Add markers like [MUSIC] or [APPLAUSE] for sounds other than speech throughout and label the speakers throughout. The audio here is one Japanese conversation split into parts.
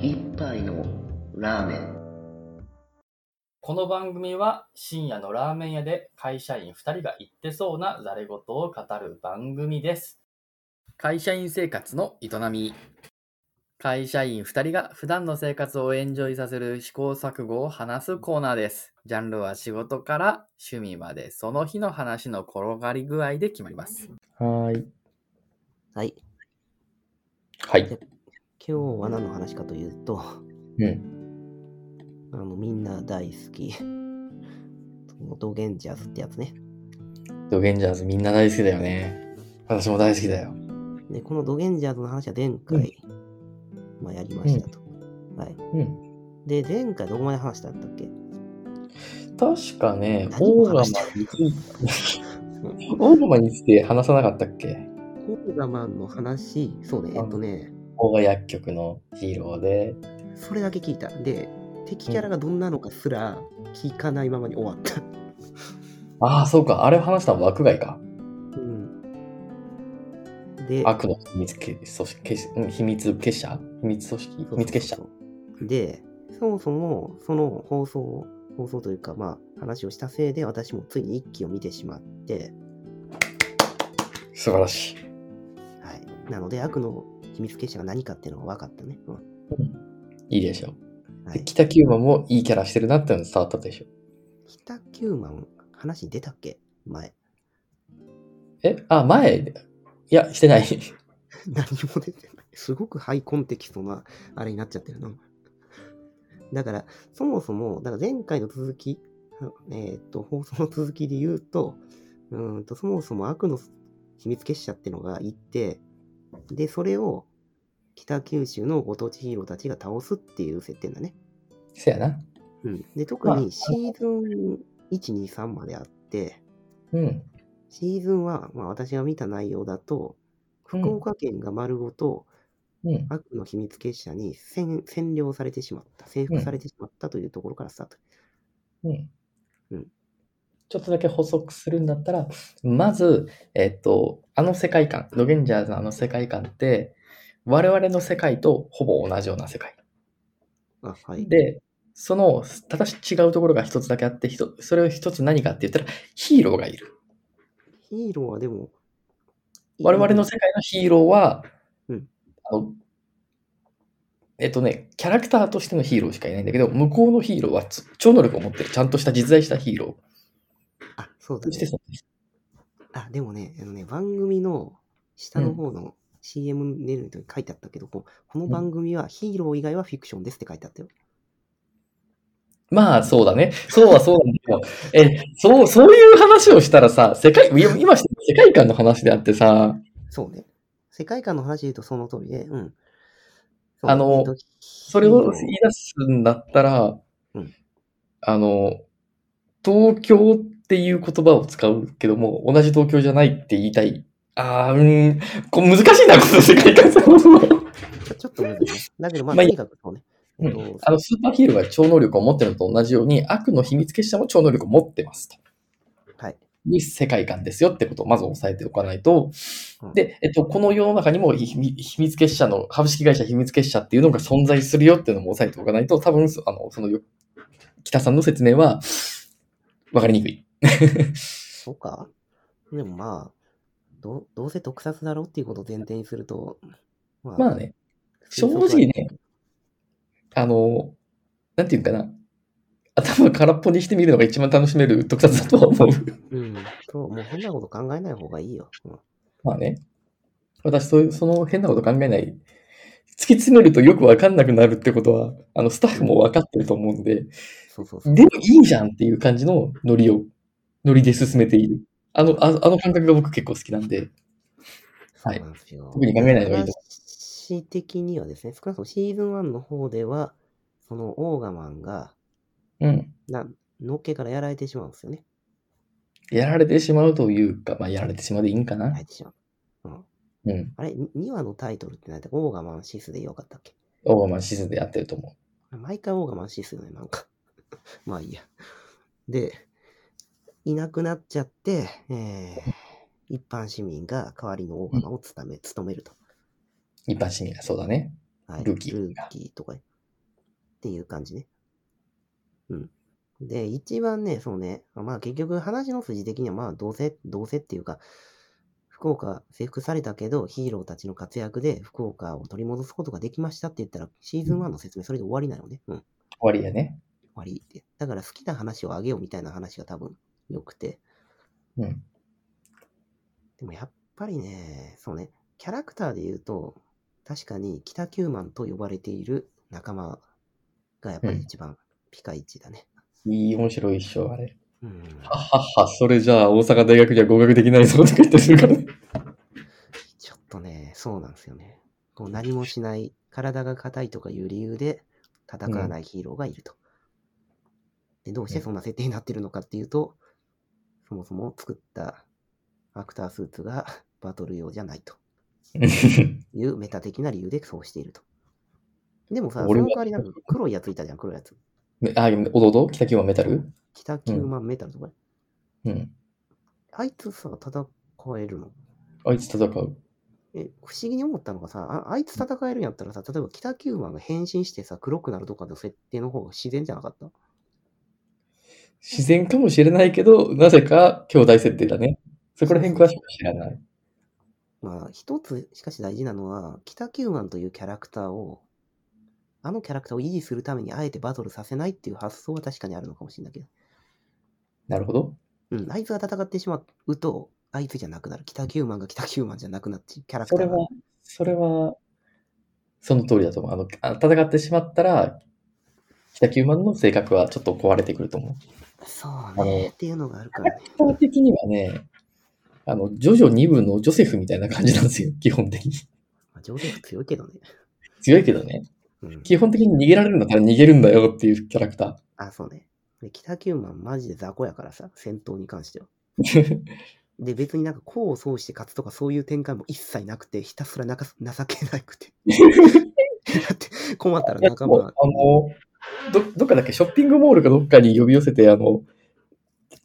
Speaker 1: 一杯のラーメン。
Speaker 2: この番組は深夜のラーメン屋で会社員2人が言ってそうなざれ言を語る番組です。
Speaker 3: 会社員生活の営み
Speaker 2: 会社員2人が普段の生活をエンジョイさせる試行錯誤を話すコーナーです。ジャンルは仕事から趣味までその日の話の転がり具合で決まります。
Speaker 3: はーい
Speaker 1: はい。
Speaker 3: はい
Speaker 1: 今日は何の話かというと、
Speaker 3: うん
Speaker 1: あの、みんな大好き。ドゲンジャーズってやつね。
Speaker 3: ドゲンジャーズみんな大好きだよね私も大好きだよ
Speaker 1: で、このドゲンジャーズの話は前回、まあ、やりましたと。はい。
Speaker 3: うん
Speaker 1: で、前回どこまで話したんだっけ
Speaker 3: 確かね
Speaker 1: 何
Speaker 3: オ
Speaker 1: を
Speaker 3: ーガマ
Speaker 1: 話
Speaker 3: に
Speaker 1: した
Speaker 3: ついて [LAUGHS] オーガマについて話さなかったっけ
Speaker 1: ホーガマンの話、そうね、えっとね、
Speaker 3: オーガ薬局のヒーローで
Speaker 1: それだけ聞いた。で、敵キャラがどんなのかすら聞かないままに終わった。
Speaker 3: ああそうかあれ話したの枠外か
Speaker 1: うん。で、
Speaker 3: 悪の秘密け組織結うん秘密結社秘密組織秘密結社
Speaker 1: そうそうそうで、そもそもその放送を、放送というか、まあ、話をしたせいで、私もついに一期を見てしまって、
Speaker 3: 素晴らしい
Speaker 1: はい。なので、悪の秘密結社が何かっていうのが分かったね。うん
Speaker 3: いいでしょ
Speaker 1: は
Speaker 3: で
Speaker 1: い、
Speaker 3: 北九馬もいいキャラしてるなっての伝わったでしょ
Speaker 1: 北九万、話に出たっけ前。
Speaker 3: えあ、前いや、してない。 [LAUGHS]
Speaker 1: 何も出てない。すごくハイコンテキストな、あれになっちゃってるな。だから、そもそも、だから前回の続き、えーっと、放送の続きで言うと、うーんと、そもそも悪の秘密結社ってのがいて、で、それを北九州のご当地ヒーローたちが倒すっていう設定だね。
Speaker 3: せやな。
Speaker 1: うん。で、特
Speaker 3: まあ
Speaker 1: にシーズン1、2、3まであって、
Speaker 3: うん。
Speaker 1: シーズン1、まあ私が見た内容だと、
Speaker 3: うん
Speaker 1: 福岡県が丸ごと、
Speaker 3: うん。
Speaker 1: 悪の秘密結社に占占領されてしまった、征服されてしまったというところからスタート。
Speaker 3: うん。
Speaker 1: うん
Speaker 3: ちょっとだけ補足するんだったら、まず、えっと、あの世界観、ドゲンジャーズのあの世界観って、我々の世界とほぼ同じような世界。
Speaker 1: あ、はい。
Speaker 3: で、その、ただし違うところが一つだけあって、ひとそれを一つ何かって言ったら、ヒーローがいる。
Speaker 1: ヒーローはでも、
Speaker 3: 我々の世界のヒーローは、
Speaker 1: うん
Speaker 3: あのえっとね、キャラクターとしてのヒーローしかいないんだけど、向こうのヒーローはつ超能力を持ってる、ちゃんとした実在したヒーロ
Speaker 1: あ、そう
Speaker 3: ー
Speaker 1: だ
Speaker 3: として
Speaker 1: ね。
Speaker 3: そ
Speaker 1: あ、でもね、あのね、番組の下の方の CM 出るとに書いてあったけど、こうこの番組はヒーロー以外はフィクションですって書いてあったよ。
Speaker 3: まあ、そうだね。そうはそうなんだけど、え、そう、そういう話をしたらさ、世界、いや今してる世界観の話であってさ、
Speaker 1: そうね。世界観の話で言うとその通りで、うん。そう
Speaker 3: あの
Speaker 1: えっと
Speaker 3: それ
Speaker 1: ヒー
Speaker 3: を
Speaker 1: ロー
Speaker 3: 言い出すんだったら、
Speaker 1: うん
Speaker 3: あの、東京っていう言葉を使うけども、同じ東京じゃないって言いたい。ああ、うーん、こ難しいな、この世
Speaker 1: [LAUGHS]
Speaker 3: 界観。
Speaker 1: ちょちょっと難しいね。だけど、まあ、と
Speaker 3: まあいい
Speaker 1: にかくそうね。えっと
Speaker 3: あの、スーパーヒーローが超能力を持ってるのと同じように、悪の秘密結社も超能力を持ってますと。
Speaker 1: はい。
Speaker 3: いう世界観ですよってことをまず押さえておかないと
Speaker 1: うん。
Speaker 3: で、えっと、この世の中にも秘密秘密結社の、株式会社秘密結社っていうのが存在するよっていうのも押さえておかないと、多分、そあの、そのよ、北さんの説明は、わかりにくい。
Speaker 1: そうか。でもまあ、どうどうせ特撮だろうっていうことを前提にすると、ま
Speaker 3: まあね、
Speaker 1: 推測
Speaker 3: 正
Speaker 1: は
Speaker 3: 直ね、あの、なんていうかな、頭空っぽにしてみるのが一番楽しめる特撮だとは思う。
Speaker 1: うん。そう、もう変なこと考えない方がいいよ。うん
Speaker 3: まあね。私、そういう、その変なこと考えない。突き詰めるとよくわかんなくなるってことは、あの、スタッフもわかってると思うんで、
Speaker 1: そうそうそう。
Speaker 3: でもいいじゃんっていう感じのノリを、ノリで進めている。あの、ああの感覚が僕結構好きなんで、はい
Speaker 1: そうなんですよ。
Speaker 3: 特に考えないのがいいと
Speaker 1: 話的にはですね、少なくともシーズン1の方では、そのオーガマンが、
Speaker 3: うん。
Speaker 1: な、のっけからやられてしまうんですよね。
Speaker 3: やられてしまうというか、まあ、やられてしまうでいいんか
Speaker 1: やら
Speaker 3: な
Speaker 1: れ。てしまう。うん、
Speaker 3: うん。
Speaker 1: あれ、2話のタイトルって何だっけオーガマンシスでよかったっけ
Speaker 3: オーマンシズでやってると思
Speaker 1: 毎回オーガマンシスよね、なんか。 [LAUGHS] まあいいや。で、いなくなっちゃって、えー一般市民が代わりのオーガマンを務め、務めると。
Speaker 3: う。一般市民がそうだね。
Speaker 1: はい、
Speaker 3: ルーキー
Speaker 1: ルーキーとかね。っていう感じね。うん。で、一番ね、そうね、まあ結局話の筋的にはまあどうせ、どうせっていうか、福岡征服されたけど、ヒーローたちの活躍で福岡を取り戻すことができましたって言ったら、シーズン1の説明それで終わりなのね。うん。
Speaker 3: 終わりやね。
Speaker 1: 終わりって。だから好きな話をあげようみたいな話が多分良くて。
Speaker 3: うん。
Speaker 1: でもやっぱりね、そうね、キャラクターで言うと、確かに北九万と呼ばれている仲間がやっぱり一番ピカイチだね。
Speaker 3: いい、面白いっしょ、あれ。
Speaker 1: うん。
Speaker 3: はっはっは、それじゃあ大阪大学じゃ合格できないぞとか言ってるからね。
Speaker 1: ちょっとね、そうなんですよね。こう何もしない、体が硬いとかいう理由で戦わないヒーローがいると。で、どうしてそんな設定になってるのかっていうと、そもそも作ったアクタースーツが [LAUGHS] バトル用じゃないと。
Speaker 3: [LAUGHS]
Speaker 1: いうメタ的な理由でそうしていると。でもさ、そ
Speaker 3: 俺
Speaker 1: の
Speaker 3: は
Speaker 1: 代わりなんか黒いやついたじゃん、黒いやつ。
Speaker 3: めあ、弟北九はメタル
Speaker 1: 北九万メタルとか、
Speaker 3: うん。
Speaker 1: あいつさ、戦えるの
Speaker 3: あいつ戦う。
Speaker 1: え、不思議に思ったのがさ、ああいつ戦えるんやったらさ、例えば北九万が変身してさ、黒くなるとかの設定の方が自然じゃなかった
Speaker 3: 自然かもしれないけど、なぜか兄弟設定だね。そこら辺詳しくは知らない。
Speaker 1: まあ、一つ、しかし大事なのは、北九万というキャラクターを、あのキャラクターを維持するためにあえてバトルさせないっていう発想は確かにあるのかもしれないけど。
Speaker 3: なるほど。
Speaker 1: うん、あいつが戦ってしまうと、あいつじゃなくなる。北九万が北九万じゃなくなって、キャラク
Speaker 3: そ
Speaker 1: タ
Speaker 3: れ
Speaker 1: ーが
Speaker 3: は、それは、その通りだと思う。あの、あ戦ってしまったら、北九万の性格はちょっと壊れてくると思う。
Speaker 1: そう
Speaker 3: あの
Speaker 1: ね。っていうのがあるからね。
Speaker 3: キャラ的にはね、あの、ジョジョ2部のジョセフみたいな感じなんですよ、基本的に。
Speaker 1: まあ、上手強いけどね。
Speaker 3: 強いけどね。 [LAUGHS]
Speaker 1: うん、
Speaker 3: 基本的に逃げられるんだったら逃げるんだよっていうキャラクタ
Speaker 1: あ、そうね。で北九万マジで雑魚やからさ、戦闘に関しては。
Speaker 3: ー。
Speaker 1: で、別になんか功を奏して勝つとかそういう展開も一切なくて、ひたすらなか情けなく
Speaker 3: [LAUGHS]
Speaker 1: て。だって困ったら
Speaker 3: いや
Speaker 1: 仲
Speaker 3: でも
Speaker 1: 間、
Speaker 3: [LAUGHS] あのど、どっかだっけ、ショッピングモールかどっかに呼び寄せて、あの、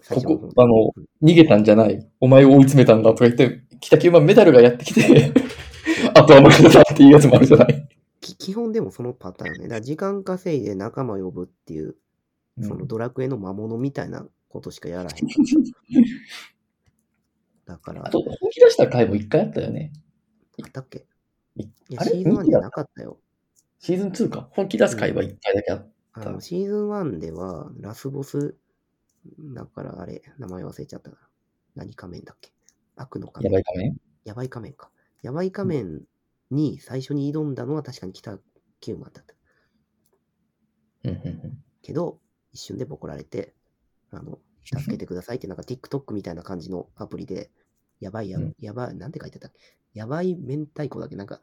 Speaker 1: 最初
Speaker 3: こ
Speaker 1: の方
Speaker 3: こ、あの、逃げたんじゃない、お前を追い詰めたんだとか言って、北九万メダルがやってきて、 [LAUGHS] あとは任せたっていうやつもあるじゃない。
Speaker 1: き基本でもそのパターンね。だから時間稼いで仲間呼ぶっていう、そのドラクエの魔物みたいなことしかやらへん
Speaker 3: [LAUGHS]
Speaker 1: から。だから、
Speaker 3: あと、本気出した回も一回あったよね。
Speaker 1: あったっけ
Speaker 3: い
Speaker 1: いや、
Speaker 3: あれ
Speaker 1: シーズン1じゃなかったよ。
Speaker 3: シーズン2か。本気出す回は一回だけあっ
Speaker 1: あのシーズン1では、ラスボス、だからあれ、名前忘れちゃったな。何仮面だっけ悪の
Speaker 3: た。
Speaker 1: 仮
Speaker 3: や
Speaker 1: 面。
Speaker 3: ばい仮面
Speaker 1: やばい仮面か。やばい仮面に最初に挑んだのは確かに北九万だった。
Speaker 3: うんうん
Speaker 1: けど、一瞬でボコられて、あの、助けてくださいって、なんか TikTok みたいな感じのアプリで、やばいや、
Speaker 3: うん
Speaker 1: やばい、なんて書いてあったっけやばい明太子だっけなんか、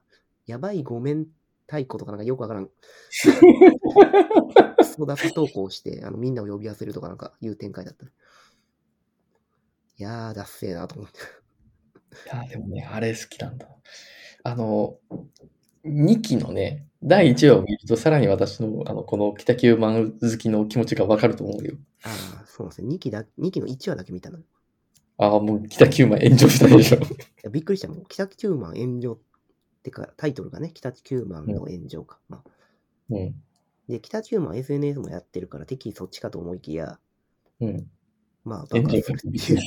Speaker 1: やばいごめん太鼓とかなんかよくわ
Speaker 3: [LAUGHS]
Speaker 1: からん。クソダサ投稿して、あの、みんなを呼び寄せるとかなんかいう展開だった。いやー、ダッセーなと思って。
Speaker 3: うん。いや、でもね、あれ好きなんだ。あの、2期のね、第1話を見ると、さらに私の、あの、この北九万好きの気持ちがわかると思うよ。
Speaker 1: ああ、そうなんですね。2期だ、2期の1話だけ見たの。い
Speaker 3: ああ、もう北九万炎上した [LAUGHS] でしょ。
Speaker 1: やびっくりしたもん。北九万炎上ってか、タイトルがね、北九万の炎上か。まあ
Speaker 3: うん。
Speaker 1: で、北九万 SNS もやってるから、てっきりそっちかと思いきや、
Speaker 3: うん。
Speaker 1: まあ、爆発するっていう。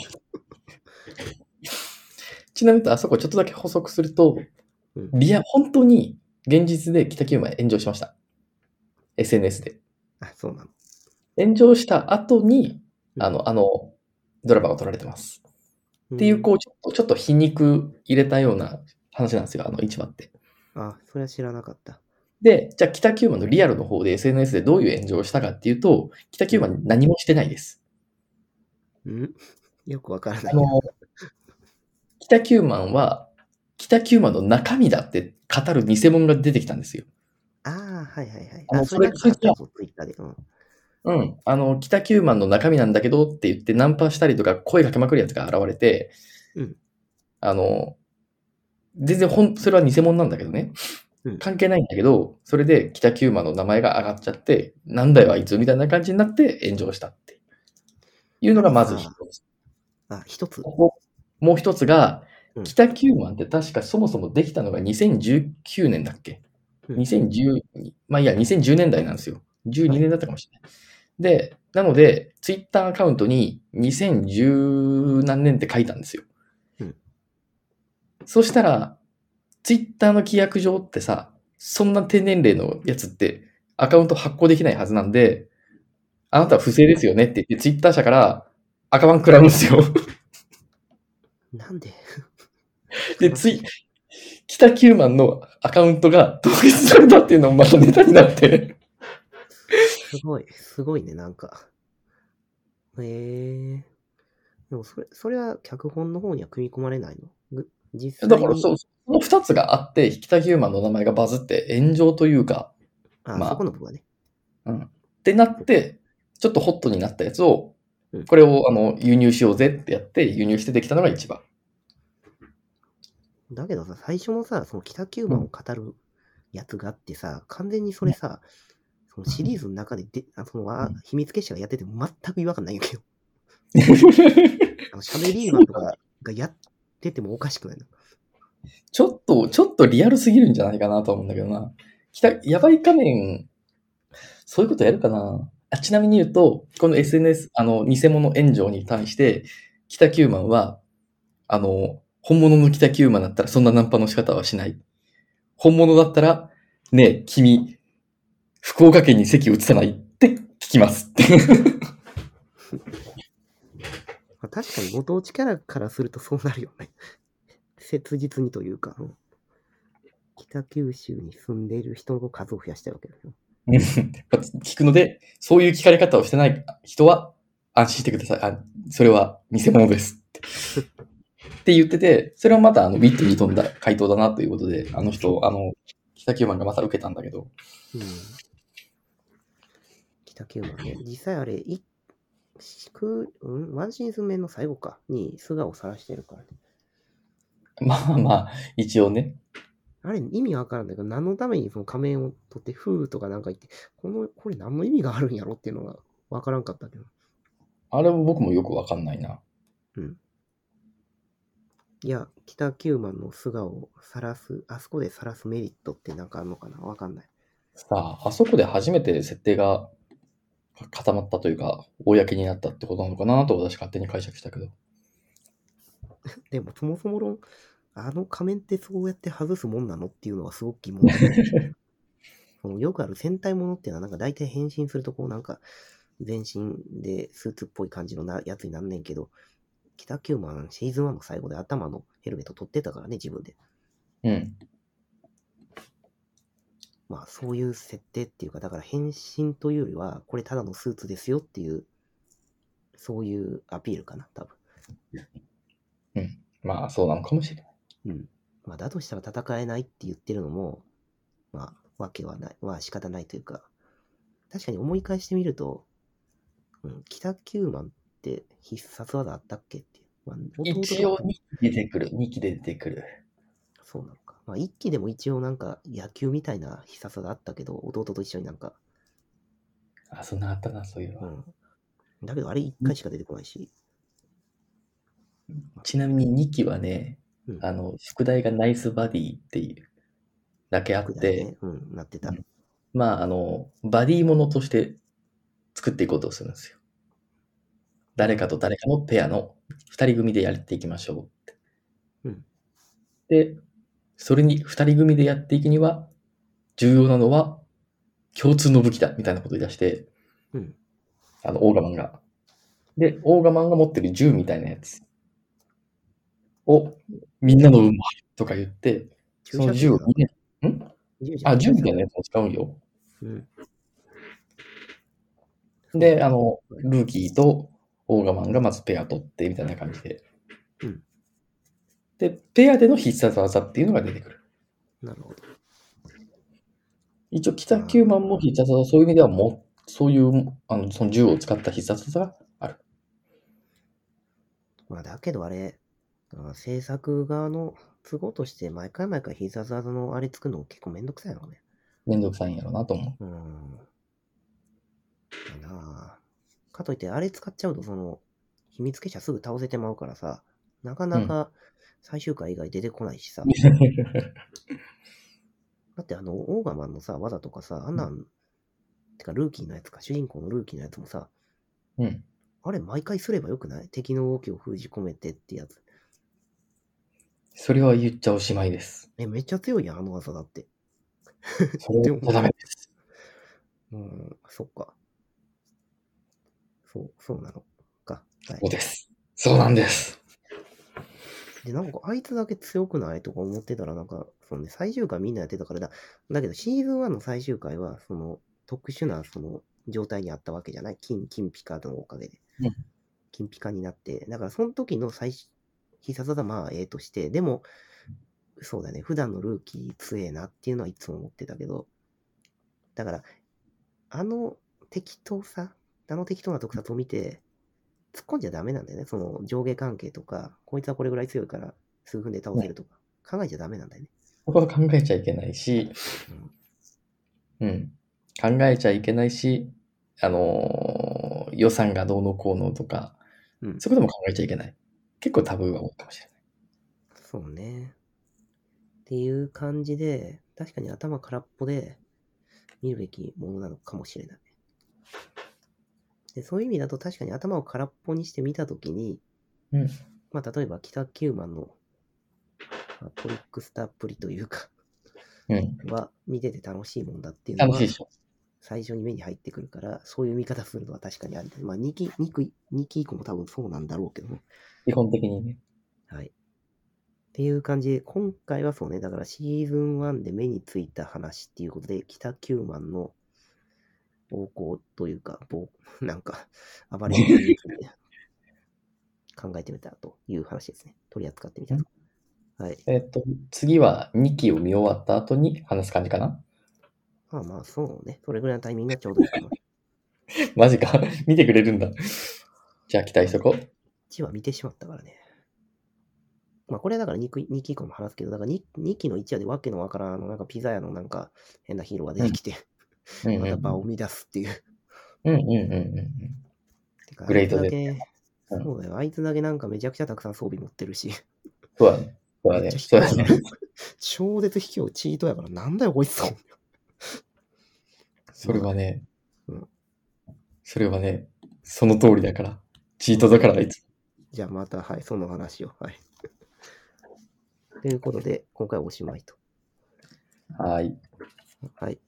Speaker 3: ちなみにあそこちょっとだけ補足すると、
Speaker 1: うん
Speaker 3: リア、本当に現実で北九万炎上しました。SNS で。
Speaker 1: [LAUGHS] あ、そうなの。
Speaker 3: 炎上した後に、
Speaker 1: うん
Speaker 3: あの、あの、ドラマが撮られてます。っていう、
Speaker 1: ん
Speaker 3: こう、ちょっと、ちょっと皮肉入れたような話なんですよ、あの一話って。
Speaker 1: あ、それは知らなかった。
Speaker 3: で、じゃあ北九万のリアルの方で SNS でどういう炎上をしたかっていうと、北九万何もしてないです。
Speaker 1: ん [LAUGHS] よくわからな
Speaker 3: あ
Speaker 1: いな。
Speaker 3: の、北九万は、北九万の中身だって語る偽物が出てきたんですよ。
Speaker 1: ああ、はいはいはい。
Speaker 3: あの
Speaker 1: あ、それなんか
Speaker 3: そ
Speaker 1: あ
Speaker 3: れ
Speaker 1: ったぞ、ツイッターで。うん。
Speaker 3: うん。あの、北九万の中身なんだけどって言ってナンパしたりとか声かけまくるやつが現れて、
Speaker 1: うん
Speaker 3: あの、全然ほん、それは偽物なんだけどね。
Speaker 1: うん
Speaker 3: 関係ないんだけど、それで北九万の名前が上がっちゃって、なんだよあいつみたいな感じになって炎上したっていうのがまず一つ。
Speaker 1: あ、一つ。
Speaker 3: もうもう一つが
Speaker 1: う、ん
Speaker 3: 北九万って確かそもそもできたのが2019年だっけ
Speaker 1: うん
Speaker 3: ?2010、まあいいや、2010年代なんですよ。 12年だったかもしれない。で、なので、ツイッターアカウントに2010何年って書いたんですよ。
Speaker 1: うん
Speaker 3: そしたら、ツイッターの規約上ってさ、そんな低年齢のやつってアカウント発行できないはずなんで、あなたは不正ですよねって言って、ツイッター社から赤番食らうんですよ。
Speaker 1: なんで [LAUGHS]
Speaker 3: で、つい、北九万のアカウントが凍結されたっていうのもまたネタになって、
Speaker 1: すごい、すごいね、なんか。へえー。でも、それ、それは脚本の方には組み込まれないのぐ実際
Speaker 3: だ
Speaker 1: に。
Speaker 3: からそう、その二つがあって、北九万の名前がバズって炎上というか、
Speaker 1: あ、
Speaker 3: まあ
Speaker 1: そこの部分はね。
Speaker 3: ってなって、ちょっとホットになったやつを
Speaker 1: うん、
Speaker 3: これをあの輸入しようぜってやって、輸入してできたのが一 [LAUGHS] 番。
Speaker 1: だけどさ、最初のさ、その北九番を語るやつがあってさ、完全にそれさ、そのシリーズの中でで、あそのあ
Speaker 3: うん
Speaker 1: 秘密結社がやってて全く違和感ないんやけど、
Speaker 3: ち
Speaker 1: あのシャベリーマンとかがやっててもおかしくないの。
Speaker 3: ょっと、ちょっとリアルすぎるんじゃないかなと思うんだけどな。北、やばい仮面、そういうことやるかなあちなみに言うと、この SNS、あの、偽物炎上に対して、北九万は、あの、本物の北九万だったらそんなナンパの仕方はしない。本物だったら、ねえ、君、福岡県に席を移さないって聞きますって。
Speaker 1: まあ、確かにご当地キャラからするとそうなるよね。切実にというか、うん北九州に住んでいる人の数を増やしたいわけだよ。
Speaker 3: うん聞くので、そういう聞かれ方をしてない人は安心してください。あそれは偽物ですって。って言ってて、それはまたあのウィットに富んだ回答だなということで、あの人、あの、北九万がまた受けたんだけど、
Speaker 1: うん、北九万ね。実際あれ、いくうん、ワンシーズン目の最後かに素顔を晒してるからね。
Speaker 3: まあまあ、一応ね、
Speaker 1: あれ意味わからんだけど、何のためにその仮面を取って、ふーとかなんか言って、この、これ何の意味があるんやろっていうのがわからんかったけど。
Speaker 3: あれは僕もよくわかんないな。
Speaker 1: いや、北九万の素顔を晒す、あそこで晒すメリットってなんかあるのかなわかんない。
Speaker 3: さあ、あそこで初めて設定が固まったというか、公になったってことなのかなと私勝手に解釈したけど。
Speaker 1: でも、そもそも論、あの仮面ってそうやって外すもんなのっていうのはすごく疑問だねそのよくある戦隊ものっていうのは、なんか大体変身するとこうなんか、全身でスーツっぽい感じのなやつになんねんけど、北九万シーズン1の最後で頭のヘルメット取ってたからね、自分で。
Speaker 3: うん。
Speaker 1: まあそういう設定っていうか、だから変身というよりは、これただのスーツですよっていう、そういうアピールかな、多分。
Speaker 3: まあ、そうなのかもしれない。
Speaker 1: うん。まあだとしたら戦えないって言ってるのも、まあわけはない、まあ仕方ないというか、確かに思い返してみると、うん、北九万って必殺技あったっけっていう。まあ、
Speaker 3: 一応2期出てくる。2期で出てくる。
Speaker 1: そうなのか。まあ、一期でも一応なんか野球みたいな必殺があったけど、弟と一緒になんか、
Speaker 3: あ、そんなあったな、そういう
Speaker 1: う
Speaker 3: の。
Speaker 1: ん。だけどあれ一回しか出てこないし、
Speaker 3: ちなみに2期はね、
Speaker 1: うん
Speaker 3: あの、宿題がナイスバディっていうだけあっ
Speaker 1: くだら
Speaker 3: て、
Speaker 1: ね、うん、なってた。
Speaker 3: うんまあ、あの、バディものとして作っていこうとするんですよ。誰かと誰かのペアの2人組でやっていきましょうって。で、それに2人組でやっていくには、重要なのは共通の武器だみたいなことを言い出して、
Speaker 1: うん。
Speaker 3: あの、オーガマンが。で、オーガマンが持ってる銃みたいなやつを、みんなの分もあるとか言って、その銃をみんな、
Speaker 1: 銃じゃん
Speaker 3: あ、銃みたいなやつを使うんよ。
Speaker 1: うん。
Speaker 3: で、あの、ルーキーとオーガマンがまずペア取って、みたいな感じで。
Speaker 1: うん
Speaker 3: で、ペアでの必殺技っていうのが出てくる。
Speaker 1: なるほど。
Speaker 3: 一応、北九万も必殺技、そういう意味ではも、そういう、あの、その銃を使った必殺技がある。
Speaker 1: まあ、だけどあれ、あ制作側の都合として、毎回毎回必殺技のあれ作るの結構めんどくさいのね。
Speaker 3: めんどくさいんやろうな
Speaker 1: [LAUGHS]
Speaker 3: と思う。
Speaker 1: うん。だなあかといって、あれ使っちゃうと、その、秘密結社すぐ倒せてまうからさ、なかなか最終回以外出てこない [LAUGHS] しさ。だってあの、オーガマンのさ、技とかさ、あんなん、てか、ルーキーのやつか、主人公のルーキーのやつもさ、
Speaker 3: うん。
Speaker 1: あれ、毎回すればよくない敵の動きを封じ込めてってやつ。
Speaker 3: それは言っちゃおしまいです。
Speaker 1: え、めっちゃ強いやん、あの技だって。
Speaker 3: それはダメです。
Speaker 1: うん、そっか。そう、そうなのか。は
Speaker 3: そうです。そうなんです。
Speaker 1: い。で、なんか、あいつだけ強くないとか思ってたら、なんか、そのね、最終回みんなやってたからだ。だけど、シーズン1の最終回は、その、特殊な、その、状態にあったわけじゃない金、金ピカのおかげで。
Speaker 3: うん
Speaker 1: 金ピカになって。だから、その時の最し、必殺技はまあ、ええとして、でも、そうだね、普段のルーキー強えなっていうのはいつも思ってたけど、だから、あの適当さ、あの適当な特撮を見て、突っ込んじゃダメなんだよね。その上下関係とか、こいつはこれぐらい強いから数分で倒せるとか、考えちゃダメなんだよね。
Speaker 3: そこは考えちゃいけないし、うん。考えちゃいけないし、あのー予算がどうのこうのとか、
Speaker 1: うん。
Speaker 3: そういうことも考えちゃいけない。結構タブーが多いかもしれない。
Speaker 1: そうね。っていう感じで、確かに頭空っぽで見るべきものなのかもしれない。でそういう意味だと確かに頭を空っぽにして見たときに、
Speaker 3: うん
Speaker 1: まあ例えば北九万のまあトリックスターっぷりというか、
Speaker 3: うん。
Speaker 1: は見てて楽しいもんだっていうの
Speaker 3: 楽
Speaker 1: が
Speaker 3: しいでしょ。
Speaker 1: 最初に目に入ってくるから、そういう見方するのは確かにありだ。まあ2期、2期、2期以降も多分そうなんだろうけどね。
Speaker 3: 基本的にね。
Speaker 1: はい。っていう感じで、今回はそうね、だからシーズン1で目についた話っていうことで、北九万の暴行というか、暴、 [LAUGHS] なんか、暴れることについて考えてみたという話ですね。取り扱ってみたと。はい。
Speaker 3: えっ、と、次は2期を見終わった後に話す感じかな
Speaker 1: まあまあ、そうね。それぐらいのタイミングがちょうどいいかな。
Speaker 3: マジか。 [LAUGHS] 見てくれるんだ。じゃあ期待しとこう。
Speaker 1: 1話見てしまったからね。まあこれはだから 2, 2期以降も話すけど、だから 2, 2期の1話でわけのわからんあのなんかピザ屋のなんか変なヒーローが出てきて、
Speaker 3: うんうん
Speaker 1: ま
Speaker 3: う
Speaker 1: た場
Speaker 3: ん
Speaker 1: を生み出すっていう。
Speaker 3: うんうんうん
Speaker 1: てか
Speaker 3: [LAUGHS] グレート
Speaker 1: あい
Speaker 3: で
Speaker 1: つだけ
Speaker 3: うん
Speaker 1: そうだよ。あいつだけなんかめちゃくちゃたくさん装備持ってるし、
Speaker 3: そうだね。そうだ
Speaker 1: め
Speaker 3: ね。
Speaker 1: っち
Speaker 3: そ
Speaker 1: ゃ
Speaker 3: うだ
Speaker 1: 卑怯
Speaker 3: ね。
Speaker 1: [LAUGHS] 超絶卑怯チートやからなんだよこいつと。
Speaker 3: それはね、
Speaker 1: うん
Speaker 3: それはね、その通りだから。チートだからあいつ。
Speaker 1: じゃあまた、はい、その話を。はい。ということで、今回はおしまいと。
Speaker 3: はい。
Speaker 1: はい。